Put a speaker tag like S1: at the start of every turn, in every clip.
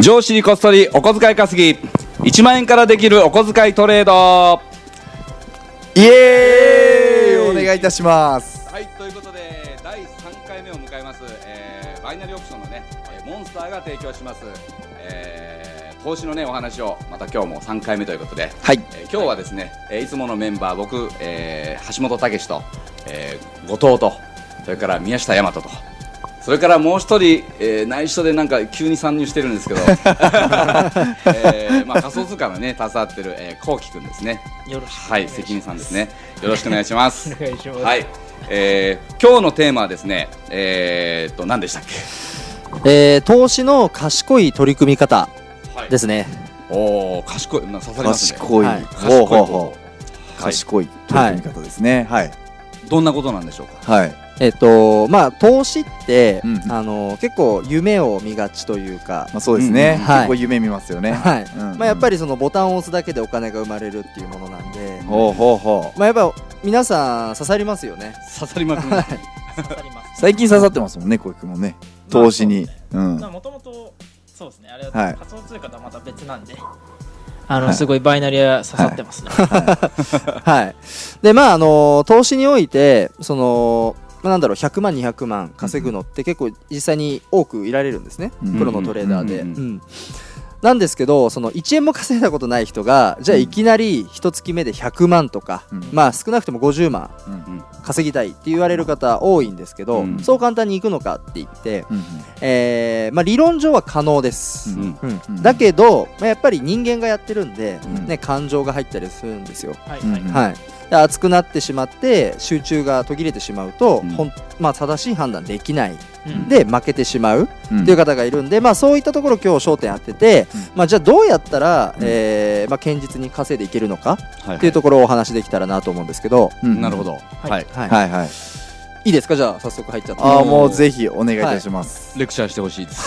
S1: 上司にこっそりお小遣い稼ぎ1万円からできるお小遣いトレード
S2: イエーイお願いいたします
S1: はいということで第3回目を迎えます、えーバイナリーオプションのね、えーモンスターが提供します、えー投資のねお話をまた今日も3回目ということで、
S2: はい
S1: えー今日はですね、えーいつものメンバー僕、えー橋本武史と、えー後藤とそれから宮下大和とそれからもう一人、えー内緒でなんか急に参入してるんですけど、 えーまあ、仮想通貨のね携わってる、えー、こうきくんですね
S3: よろしくお
S1: は
S3: 願い
S1: い
S3: します
S1: 関 根さんですねよろしくお願いします
S3: お願いします。
S1: はい、えー、今日のテーマはですねえー、っと何でしたっけ
S4: えー投資の賢い取り組み方
S1: はい
S4: ですね。
S1: おお賢いな刺さりますね
S2: 賢い、
S4: はい
S2: ほう
S1: 賢い
S2: ほう
S1: こ
S2: ほう
S1: とはい
S2: 賢いという言い方ですねはい
S1: どんなことなんでしょうか
S2: はい
S4: えっとまあ投資って、
S2: うん
S4: あの結構夢を見がちというか、
S2: まあそうですね、
S4: うんはい
S2: 結構夢見ますよね
S4: はい。
S2: うん
S4: まあやっぱりそのボタンを押すだけでお金が生まれるっていうものなんで、
S2: ほうほうほう
S4: まあやっぱ皆さん刺さりますよね。
S1: 刺さりまくる
S3: 刺さります。
S2: 最近刺さってますもんね小池君もね投資に、うん
S3: もともとそうですね。あれは
S2: はい
S3: 仮想通貨とはまた別なんで。あ
S2: は
S3: の
S2: い
S3: すごいバイナリーは刺さってますね。
S4: はい。でまああの投資においてその。まあなんだろう100万200万稼ぐのって結構実際に多くいられるんですね、
S2: うん
S4: プロのトレーダーで、
S2: うん
S4: うんなんですけどその1円も稼いだことない人がじゃあいきなり1月目で100万とか、
S2: うん
S4: まあ少なくとも50万
S2: うん
S4: 稼ぎたいって言われる方多いんですけど、
S1: うん
S4: そう簡単にいくのかって言って、
S2: うん
S4: えーまあ、理論上は可能です、
S2: うん
S1: うん
S4: うん
S2: うん
S4: だけど、まあ、やっぱり人間がやってるんで、
S2: うん
S4: ね、感情が入ったりするんですよ、
S3: はい
S2: うん
S3: はい。
S2: うん
S4: はい、で熱くなってしまって集中が途切れてしまうと、
S1: うん
S4: ほんまあ、正しい判断できない
S3: うん
S4: で負けてしまう
S2: うん
S4: っていう方がいるんで、まあ、そういったところ今日焦点当てて、
S2: うん
S4: まあ、じゃあどうやったら、
S2: うん
S4: えーまあ、堅実に稼いでいけるのか
S1: はい
S4: っていうところをお話しできたらなと思うんですけど、
S2: うん
S1: なるほど
S3: い
S1: はい
S4: はい
S2: はいはい
S4: いいですかじゃあ早速入っちゃって
S2: ああもうぜひお願いいたします、
S1: レクチャーしてほしいです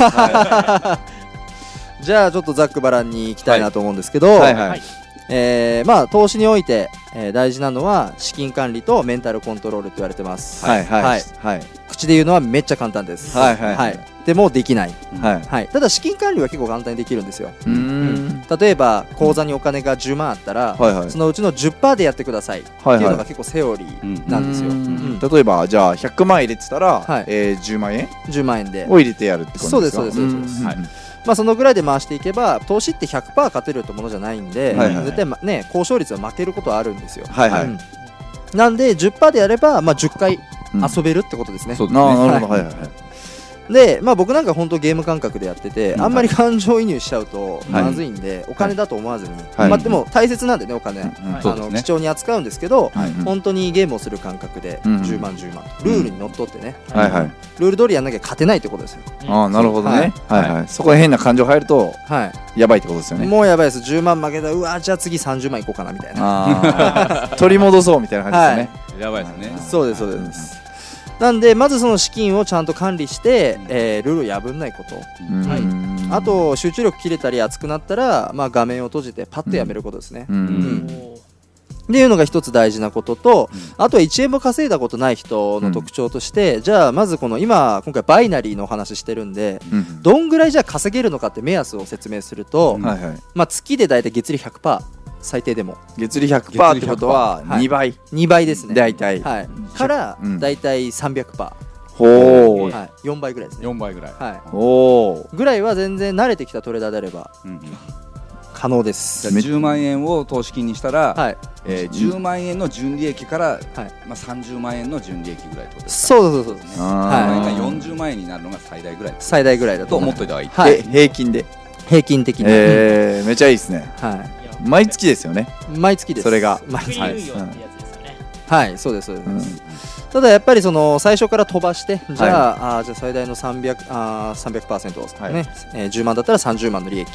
S4: じゃあちょっとざっくばらんにいきたいなと思うんですけど、
S2: はいはい
S3: はい。
S4: えーまあ、投資において、えー大事なのは資金管理とメンタルコントロールと言われてます、
S2: はいはい
S4: はい
S2: はい
S4: 口で言うのはめっちゃ簡単です、
S2: はいはい
S4: でもできない、
S2: はい
S4: はい、ただ資金管理は結構簡単にできるんですよ
S2: うーん
S4: 例えば口座にお金が10万あったら、
S2: はいはい
S4: そのうちの10%でやってくださいって
S2: はいいう
S4: のが
S2: は
S4: 結構セオリ
S1: うん
S4: ーなんですよ、
S2: うー
S4: うん
S2: い例えばじゃあ100万円入れてたら、
S4: はい
S2: えー10万円
S4: 10万円で、
S2: を入れてやるってことですか
S4: そうですそうです
S1: そうです
S2: ん
S4: まあ、そのぐらいで回していけば投資って100%勝てるってものじゃないんで、
S2: はいはいはい
S4: 絶対、ま、ね高勝率は負けることはあるんですよ
S2: はいはい
S4: うんなんで10%でやれば、まあ、10回
S2: うん
S4: 遊べるってことですね、
S1: そうです
S2: な
S1: ね
S2: なるほど、はい、はいはい
S4: で、まあ、僕なんか本当ゲーム感覚でやってて、
S2: うん
S4: あんまり感情移入しちゃうと
S2: はい
S4: まずいんで、お金だと思わずに、
S2: はい
S4: まあ、でも大切なんでねお金、
S2: うんうん
S3: はい
S1: そう
S4: あ
S1: です
S4: の
S1: ね
S4: 貴重に扱うんですけど、
S2: はい
S4: 本当にゲームをする感覚で
S2: うん
S4: 10万10万とルールにのっとってね、
S2: はいはい
S4: ルール通りやんなきゃ勝てないってことですよ
S2: ああなるほどね
S1: は
S2: はいいはい、そこへ変な感情入ると
S4: は
S2: やばいってことですよ
S4: い
S2: ね
S4: もうやばいです10万負けたうわじゃあ次30万いこうかなみたいな
S2: あ あ取り戻そうみたいな感じですよね、
S1: やばいですね
S4: そうですそうです、なんでまずその資金をちゃんと管理して、えールールを破んないこと、
S2: うん
S3: はい
S4: あと集中力切れたり熱くなったら、まあ、画面を閉じてパッとやめることですね、
S2: うん
S3: うんんおー
S4: っていうのが一つ大事なことと、
S1: うん
S4: あとは1円も稼いだことない人の特徴として、じゃあまずこの今今回バイナリーのお話してるんで
S2: うん
S4: どんぐらいじゃあ稼げるのかって目安を説明すると、
S1: うん
S2: はいはい
S4: まあ、月で大体月利100%最低でも
S2: 月利100%ってことは
S4: 月利100%はい
S2: 2倍、
S4: 2倍ですね
S2: 大体
S4: はい、から
S2: うん
S4: 大体300%、は
S2: ほ
S3: う
S2: うん
S4: い、4倍ぐらいですね、
S1: 4倍ぐらい
S4: は
S2: おお
S4: い、ぐらいは全然慣れてきたトレーダーであれば
S1: うんじゃ
S4: 可能で
S1: あ
S4: す
S1: 10万円を投資金にしたら
S4: はい
S1: えー10万円の純利益から
S4: はい
S1: まあ30万円の純利益ぐらいってことですか
S4: そうそうそうそう
S2: あ
S1: なん
S2: ー
S1: か40万円になるのが最大ぐらい
S4: 最大ぐらいだと
S1: と
S4: 思
S1: 思
S4: う
S1: っといた方がいい
S4: はい
S2: え平均で
S4: 平均的に、
S2: えー、めちゃいいですね
S4: はい
S3: や
S2: 毎月ですよね
S4: 毎月です
S2: それが
S4: 毎
S3: フリ
S4: 月
S3: ー
S4: で
S3: 運
S4: す
S3: 用ってやつですよね。
S4: はいそうですそうです、
S2: うん
S4: ただやっぱりその最初から飛ばしてじゃあ,、あーじゃあ最大の300あー300%ですね、
S2: は
S4: えー10万だったら30万の利益、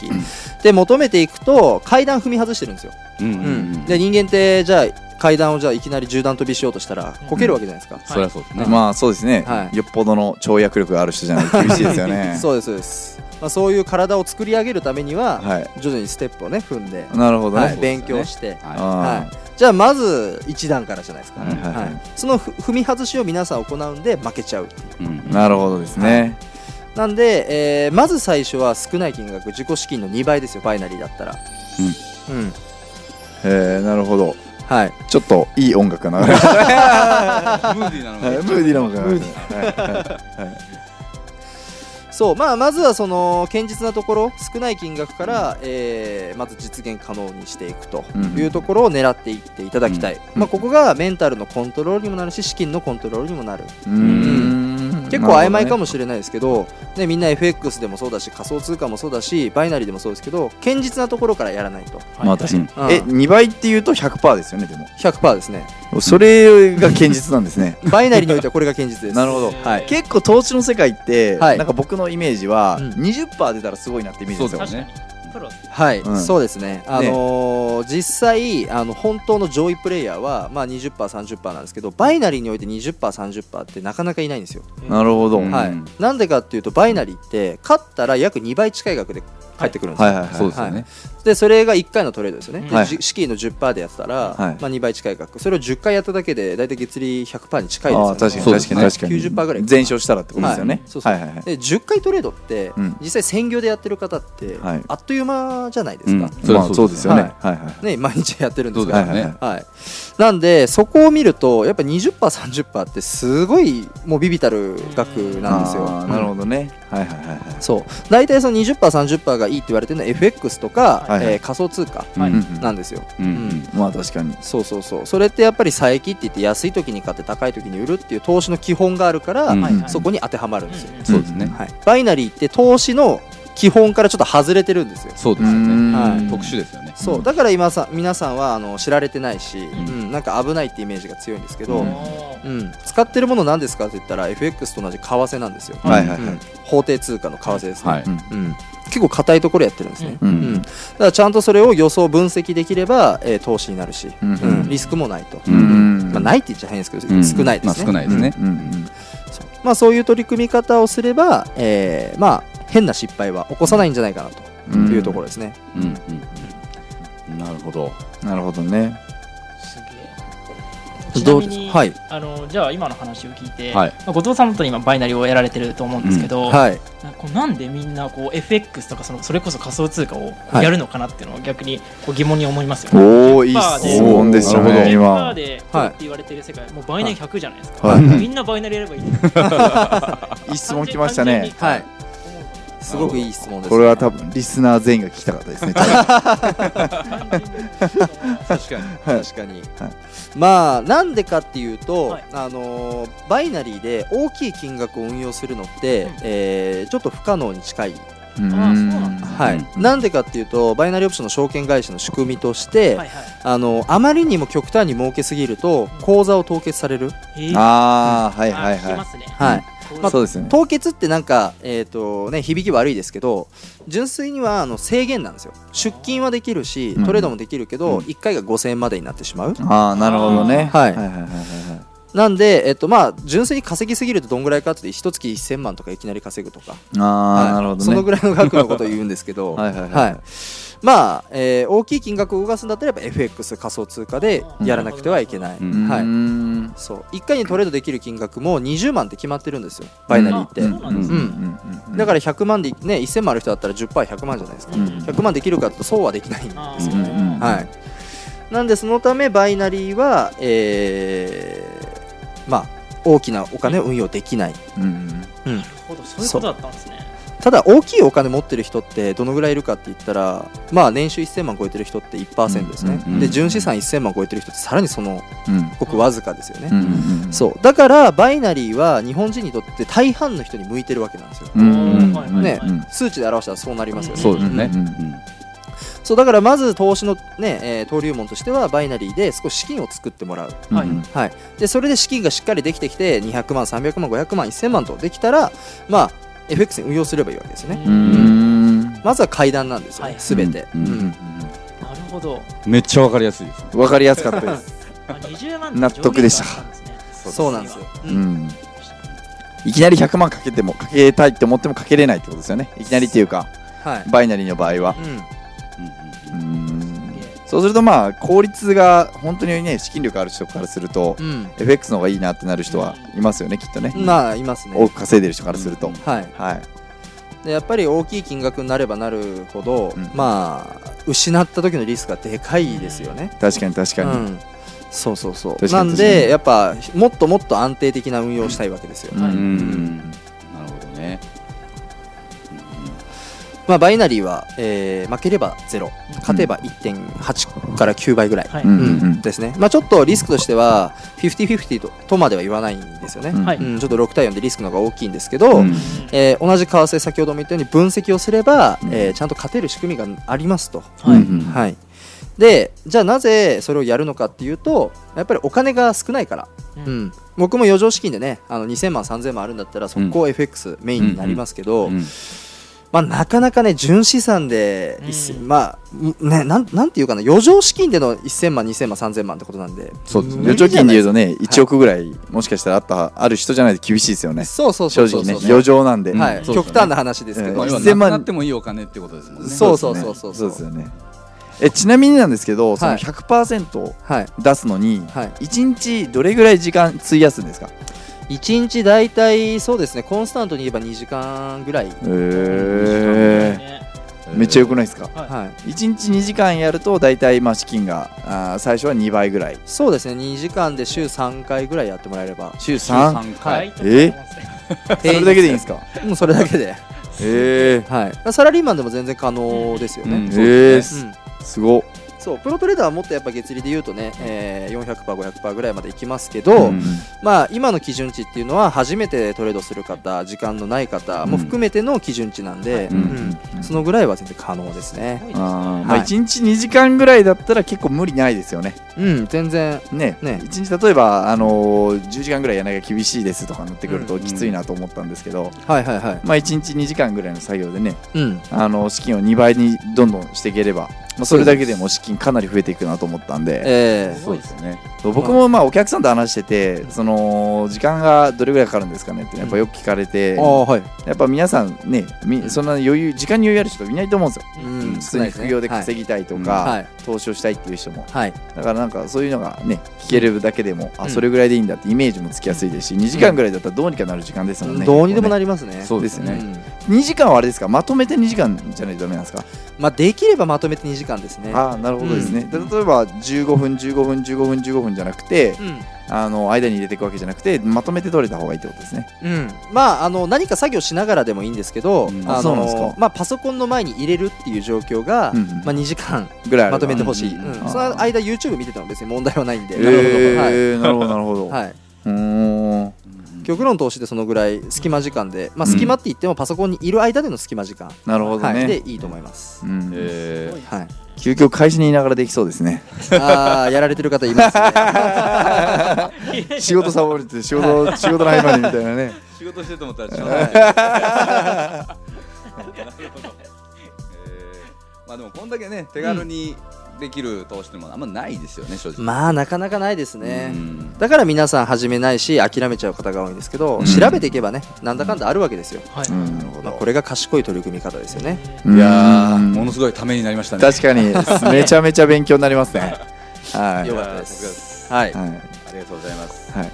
S4: で求めていくと階段踏み外してるんですよ、
S1: うんうんうん
S4: で人間ってじゃあ階段をじゃあいきなり10段飛びしようとしたらこけるわけじゃないですか、
S1: そりゃそうですね
S2: まあそうですね、
S4: はい
S2: よっぽどの跳躍力がある人じゃないと厳しいですよ ね
S4: そうですそうです、まあ、そういう体を作り上げるためには、
S2: はい
S4: 徐々にステップをね踏んで、
S2: なるほどね、
S4: はい
S1: そうですよね
S4: 勉強して、
S1: は
S2: あ
S4: はいじゃあまず1段からじゃないですか、
S2: ー
S1: はい
S2: はいはい
S4: はい、そのふ踏み外しを皆さん行うんで負けちゃうっていう
S1: いうん
S2: なるほどですね、
S4: なんで、えーまず最初は少ない金額自己資金の2倍ですよバイナリーだったらうん、
S2: えー、なるほど
S4: はい
S2: ちょっといい音楽が流れまし
S1: ムーディーなの
S2: たはい
S1: が
S2: ムーディーな音楽が流れましたはい
S4: そうまあまずはその堅実なところ少ない金額から、えーまず実現可能にしていくと
S2: うん
S4: いうところを狙っていっていただきたい、
S2: うん
S4: まあここがメンタルのコントロールにもなるし資金のコントロールにもなる
S2: うーん
S4: 結構曖昧か
S2: も
S4: もしれないですけど、ね、みんな FX でもそうだし仮想通貨もそうだしバイナリーでもそうですけど堅実なところからやらないと
S2: まあ確かに
S4: うん
S2: え2倍っていうと100%ですよねでも
S4: 100%ですね
S2: それが堅実なんですね
S4: バイナリーにおいてはこれが堅実です
S2: なるほど
S3: はい
S2: 結構投資の世界って、
S4: はい
S2: なんか僕のイメージは、
S4: うん
S2: 20%出たらすごいなってイメージですよ
S1: そう
S3: 確
S1: だ
S3: か
S1: よ
S3: に
S1: ね
S3: プロ
S4: はい、
S2: うん
S4: そうですね、あのー実際あの、本当の上位プレイヤーは、まあ、20%、30%なんですけど、バイナリーにおいて20%、30%ってなかなかいないんですよ。
S2: なるほど、
S1: うん
S2: はい
S4: はい、なんでかっていうと、バイナリーって、勝ったら約2倍近い額で返ってくるんですよ、
S2: はいはい
S1: そうですよね
S4: でそれが1回のトレードですよね、で
S2: はい
S4: じ資金の10%でやってたら、
S2: はい
S4: まあ、2倍近い額、それを10回やっただけで、大体月利100%に近いですよ
S2: あ
S4: ね
S2: あ、確
S1: そう
S2: か
S1: で
S2: に
S1: す
S2: 確か
S1: ね
S2: に確かに
S4: 90%ぐらい
S2: 全勝したらってことですよね
S4: はいそうそう
S2: はいはいはい
S4: で10回トレードって、
S2: うん
S4: 実際専業でやってる方って、
S2: はい
S4: あっという間じゃないですか、
S1: それ
S2: ま
S1: は
S2: あ
S1: そ
S2: そうう
S1: で
S2: ですす
S1: よ
S2: よ
S1: ね
S2: ねはいはい
S4: ね、毎日やってるんです
S1: そう
S4: か
S1: だよ
S4: ら
S1: ね、
S2: はいはいは
S4: はい、なんでそこを見るとやっぱ 20%30% ってすごいもうビビたる額なんですよ。
S2: あーなる
S4: うん
S2: ほどねはいはいはいはい
S4: そう大体その 20%30% がいいって言われてるのは FX とか、
S2: はいはい
S4: えー仮想通貨
S1: は
S2: う
S1: い
S2: んうん
S4: なんですよ。
S1: うんうん
S2: まあ確かに
S4: そうそうそうそれってやっぱり差益って言って安い時に買って高い時に売るっていう投資の基本があるから、
S2: うん
S3: はいはい
S4: そこに当てはまるんですよ、
S1: そうですね
S4: はい。バイナリーって投資の基本からちょっと外れてるんですよ。
S1: そうですよね
S4: はい
S1: 特殊ですよね
S4: そう
S2: うん
S4: だから今さ皆さんはあの知られてないし、うんなんか危ないってイメージが強いんですけど、
S2: う
S3: うんん
S4: うん、使ってるもの何ですかって言ったら FX と同じ為替なんですよ、
S2: はいはいはい
S4: うん法定通貨の為替ですね、
S1: はい
S2: うん
S4: うん、結構硬いところやってるんですね、
S2: う
S4: うん
S2: ん
S4: だからちゃんとそれを予想分析できれば、えー投資になるし、う
S2: う
S4: んんリスクもないと、
S1: うん
S4: まあ、ないって言っちゃ変ですけど、
S1: うん
S4: 少ないで
S1: まあ
S4: すね、
S1: 少ないですね
S2: うんうん
S4: うんそうまあ、そういう取り組み方をすれば、えーまあ、変な失敗は起こさないんじゃないかなと
S2: うん
S4: いうところですね、
S1: うんうんなるほど
S2: なるほどね
S3: すげえ
S4: どう
S3: ちなみ
S4: です
S3: に
S4: かはい
S3: あのじゃあ今の話を聞いて、
S1: はい
S3: まあ、後藤さんと今バイナリーをやられてると思うんですけど、
S4: はい
S3: なんかこうなんでみんなこう FX とかそのそれこそ仮想通貨を
S4: はい
S3: やるのかなっていうのは逆にこう疑問に思いますよね。
S2: おおいい
S3: 10%で
S2: 質問でした
S1: おーなるほど
S2: ね今
S3: 10%でこう
S4: はい
S3: って言われてる世界、もう倍年100じゃないですか、
S2: はい
S3: みんな倍なりやればいいって
S2: いい 質問きましたね
S4: はい
S3: 思う
S4: すごくいい質問です、
S2: これは多分リスナー全員が聞きたかった ですね
S1: 確か
S3: 単純に
S1: に
S4: 確かに、まあなんでかっていうと、
S3: はい
S4: あのーバイナリーで大きい金額を運用するのって、
S3: うん
S4: えーちょっと不可能に近い、
S2: うん
S3: あーそうなんだ
S4: はい
S2: うん
S4: なんでかっていうとバイナリーオプションの証券会社の仕組みとして、
S3: はいはい
S4: あのーあまりにも極端に儲けすぎると
S3: うん
S4: 口座を凍結される、
S3: えー
S2: ああはいはい
S3: あ聞きま
S2: は
S3: すね
S4: はい
S3: こう
S2: いそうですよね
S4: 凍結ってなんか、えーとね、響き悪いですけど純粋にはあの制限なんですよ出金はできるし
S2: うん
S4: トレードもできるけど、
S2: うん
S4: 1回が5000円までになってしまう、
S2: ああなるほどね
S4: はい
S2: はいはいはい
S4: なんで、えっとまあ、純粋に稼ぎすぎるとどんぐらいかって言って1月1000万とかいきなり稼ぐとか、
S2: あ
S4: はい
S2: あなるほどね
S4: そのぐらいの額のことを言うんですけど
S2: はいはいはい
S4: まあ、えー大きい金額を動かすんだったらやっぱ FX 仮想通貨でやらなくてはいけない、
S1: うん
S4: は
S2: うー
S4: い、
S2: ん
S4: そう1回にトレードできる金額も20万って決まってるんですよバイナリーって、
S3: あそうなんです
S1: う
S3: ね
S2: うんうん
S4: だから100万で、ね、1000万ある人だったら 10%100 万じゃないですか
S3: うん
S4: 100万できるかっていうとそうはできないんです
S3: あ
S4: よ
S3: ー
S2: うんうん
S4: はい、なんでそのためバイナリーは、えーまあ、大きなお金を運用できない
S2: うんうん
S3: なるほどそういうことだったんですね
S4: ただ大きいお金持ってる人ってどのぐらいいるかって言ったら、まあ、年収1000万超えてる人って1%ですね、
S1: うんうん
S4: で純資産1000万超えてる人ってさらにその
S2: うん
S4: ごくわずかですよね、
S2: うんうんうん
S4: そうだからバイナリーは日本人にとって大半の人に向いてるわけなんですよ、
S2: うんうん
S3: はい
S2: うん
S4: ね
S2: うん
S4: 数値で表したらそうなりますよね、
S1: そうですね
S2: うん
S4: そうだからまず投資の、ねえー登竜門としてはバイナリーで少し資金を作ってもらう
S2: うん
S3: はい
S2: うん
S4: はい、でそれで資金がしっかりできてきて200万、300万、500万、1000万とできたら、まあ、FX に運用すればいいわけですね。
S2: うーん
S4: まずは階段なんですよ
S3: は
S4: ね、
S3: い
S4: すべて。
S1: うんうん
S4: うん
S3: なるほど
S1: うんめっちゃわかりやすいですね
S2: わかりやすかったです
S3: あ20万って
S2: 納得でした
S3: 上限があったんですね
S4: そうなんですよ。う
S2: うんんいきなり100万かけてもかけたいって思ってもかけれないってことですよねいきなりっていうか
S4: はい
S2: バイナリーの場合は
S4: う
S1: う
S4: ん
S1: んうん
S2: うーん
S3: すげえ
S2: そうするとまあ効率が本当にね資金力ある人からすると
S4: うん
S2: FX の方がいいなってなる人はいますよねきっとね、
S4: まあいますね
S2: 多く稼いでる人からすると、
S1: うん
S4: はい
S2: はい
S4: でやっぱり大きい金額になればなるほど、
S2: うん
S4: まあ失った時のリスクがでかいですよね、
S2: 確かに確かに、
S4: うんそうそうそう
S2: 確か
S4: な
S2: に
S4: ん
S2: 確か
S4: で
S2: に
S4: やっぱもっともっと安定的な運用をしたいわけですよ、
S2: うん
S3: はい
S2: うん
S1: なるほどね
S4: まあ、バイナリーは、えー負ければゼロ勝てば1.8から9倍ぐらい、
S3: はい。
S2: うん
S4: うんですね、まあ、ちょっとリスクとしては50-50ととまでは言わないんですよね、
S2: うん
S3: はい
S4: うんちょっと6対4でリスクの方が大きいんですけど、
S2: うん
S4: えー同じ為替先ほども言ったように分析をすれば、
S2: うん
S4: えーちゃんと勝てる仕組みがありますと、
S2: う
S3: はい
S2: んうん
S4: はい、でじゃあなぜそれをやるのかっていうとやっぱりお金が少ないから、
S3: うん
S4: うん僕も余剰資金でねあの2000万3000万あるんだったら速攻 FX メインになりますけど、
S1: うん
S4: まあ、なかなかね純資産で1000、
S3: うん
S4: まあねなんなんていうかな余剰資金での1000万2000万3000万ってことなんで
S2: そうですね
S4: 無理
S2: 預
S4: じゃ
S2: 貯
S4: ない
S2: 金でいうとね1億ぐらいもしかしたらあったある人じゃないと厳しいですよね
S4: そうそうそ
S2: 正
S4: うそ
S2: 直
S4: う
S2: ね
S4: そう
S2: 余剰なんで、
S4: はい
S1: うんそうですよね
S4: 極端な話ですけ
S2: え
S4: ど、
S1: まあ要は
S2: 1000
S1: なく
S2: 万
S1: なってもいいお金ってことですもんね
S4: そうそう
S2: ですね
S4: そうそう
S2: そうですよねえちなみになんですけどその
S4: はい
S2: 100%
S4: はい
S2: 出すのに
S4: はい、
S2: 1日どれぐらい時間費やすんですかへ
S4: 1日大体そうですねコンスタントに言えば2時間ぐらい、
S2: え
S3: ね
S2: めっちゃ良くないですか
S3: はい。
S4: はい、
S2: 1日2時間やると大体まあ資金があー最初は2倍ぐらい
S4: そうですね2時間で週3回ぐらいやってもらえれば
S2: 週
S1: 三
S2: 3
S1: 三
S3: は
S1: 回
S3: い。
S2: え そ
S4: 平
S2: れ
S4: 日
S2: だけでいいんですか
S4: もうそれだけで、
S2: え
S4: はい、サラリーマンでも全然可能ですよね、
S1: うん
S4: うん
S2: えーすすごっ
S4: そうプロトレーダーはもっとやっぱ月利で言うとね、えー、400%、500%ぐらいまでいきますけど、
S2: うん
S4: まあ、今の基準値っていうのは初めてトレードする方時間のない方も含めての基準値なんで、
S2: うん
S4: うんそのぐらいは全然可能です
S3: す
S4: ね、
S3: ごいですね
S2: あー
S4: は
S2: まあ
S4: い
S2: 1日2時間ぐらいだったら結構無理ないですよね。
S4: うん、全然
S2: ね
S4: ね
S2: 1日例えば、あのー10時間ぐらいやらなきゃ厳しいですとかなってくる
S4: う
S2: と
S1: ん
S2: きついなと思ったんですけど、
S4: はいはいはい、
S2: まあ、1日2時間ぐらいの作業でね、
S4: うん、
S2: あのー資金を2倍にどんどんしていければ、まあ、それだけでも資金かなり増えていくなと思ったんで、
S4: えー
S1: そうですよね
S2: そう僕もまあお客さんと話しててその時間がどれぐらいかかるんですかねってやっぱよく聞かれて、
S4: ああはい、
S2: やっぱ皆さんねみそんな余裕時間に余裕ある人いないと思うんですよ。
S4: うん
S2: 普通に副業で稼ぎたいとか、
S4: はいはい
S2: 投資をしたいっていう人も
S4: はい
S2: だからなんかそういうのがね聞けるだけでも、
S4: う
S2: あ
S4: ん
S2: それぐらいでいいんだってイメージもつきやすいですし、2時間ぐらいだったらどうにかなる時間ですもんね。
S4: どうにでもな
S2: り
S4: りますね。
S2: そうですよ
S4: う
S2: ね。
S4: ん
S2: 2時間はあれですかまとめて2時間じゃないとダメなんですか。
S4: まあ、できればまとめて2時間ですね。
S2: ああなるほどですね。で例えば15分15分15分15分じゃなくて
S4: うん
S2: あの間に入れていくわけじゃなくてまとめて取れた方がいいってことですね。
S4: うん、まああの何か作業しながらでもいいんですけど、
S1: うん
S4: あの
S2: そうなんですか
S4: まあパソコンの前に入れるっていう状況が、
S2: うんうん
S4: まあ2時間
S2: ぐらいあれば
S4: まとめてほしい、
S1: うん
S4: うんその間 YouTube 見てても別に問題はないんで、
S2: なるほど、
S4: はい
S2: えーなるほどなるほど。
S4: はい、
S2: うーん
S4: 極論投資でそのぐらい隙間時間で、まあ、
S2: うん
S4: 隙間って言ってもパソコンにいる間での隙間時間、
S2: なるほどね。
S4: はい、でいいと思います、
S2: うん
S1: えー
S4: はい、
S2: 究極会社にいながらできそうですね
S4: あーやられてる方いますね
S2: 仕事サボるって仕事仕事の合間にみたい なね
S1: 仕事してと思ったら違う なるほどえーまあでもこんだけね手軽にできる投資ってもあんまないですよね正直
S4: まあなかなかないですね、
S1: うん
S4: だから皆さん始めないし諦めちゃう方が多いんですけど、
S2: ん
S4: 調べていけばねなんだかんだあるわけですよ、
S3: はい。
S2: うんなるほ
S4: まあ、これが賢い取り組み方ですよね、
S2: ど
S1: いやー
S2: うん
S1: ものすごいためになりましたね
S2: 確かにめちゃめちゃ勉強になります ねはい
S4: よ
S2: は
S4: かっ
S1: いや
S4: たで
S1: ーさ
S4: すはい
S2: い、は
S1: ありがとうございます
S2: い、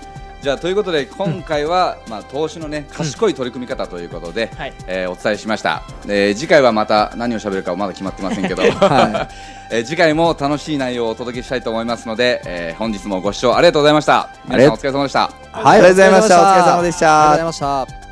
S1: じゃあということで今回は、まあ、投資のね賢い取り組み方ということで、
S3: はい。
S1: えーお伝えしました、えー次回はまた何を喋るかはまだ決まってませんけ ど、
S4: は
S1: えー次回も楽しい内容をお届けしたいと思いますので、えー本日もご視聴ありがとうございました皆
S2: あり
S1: さん
S2: が
S1: お疲れ様でした
S4: はい
S2: ありがとうございました
S4: お疲れ
S2: お疲れ様でした
S4: ありがとうございました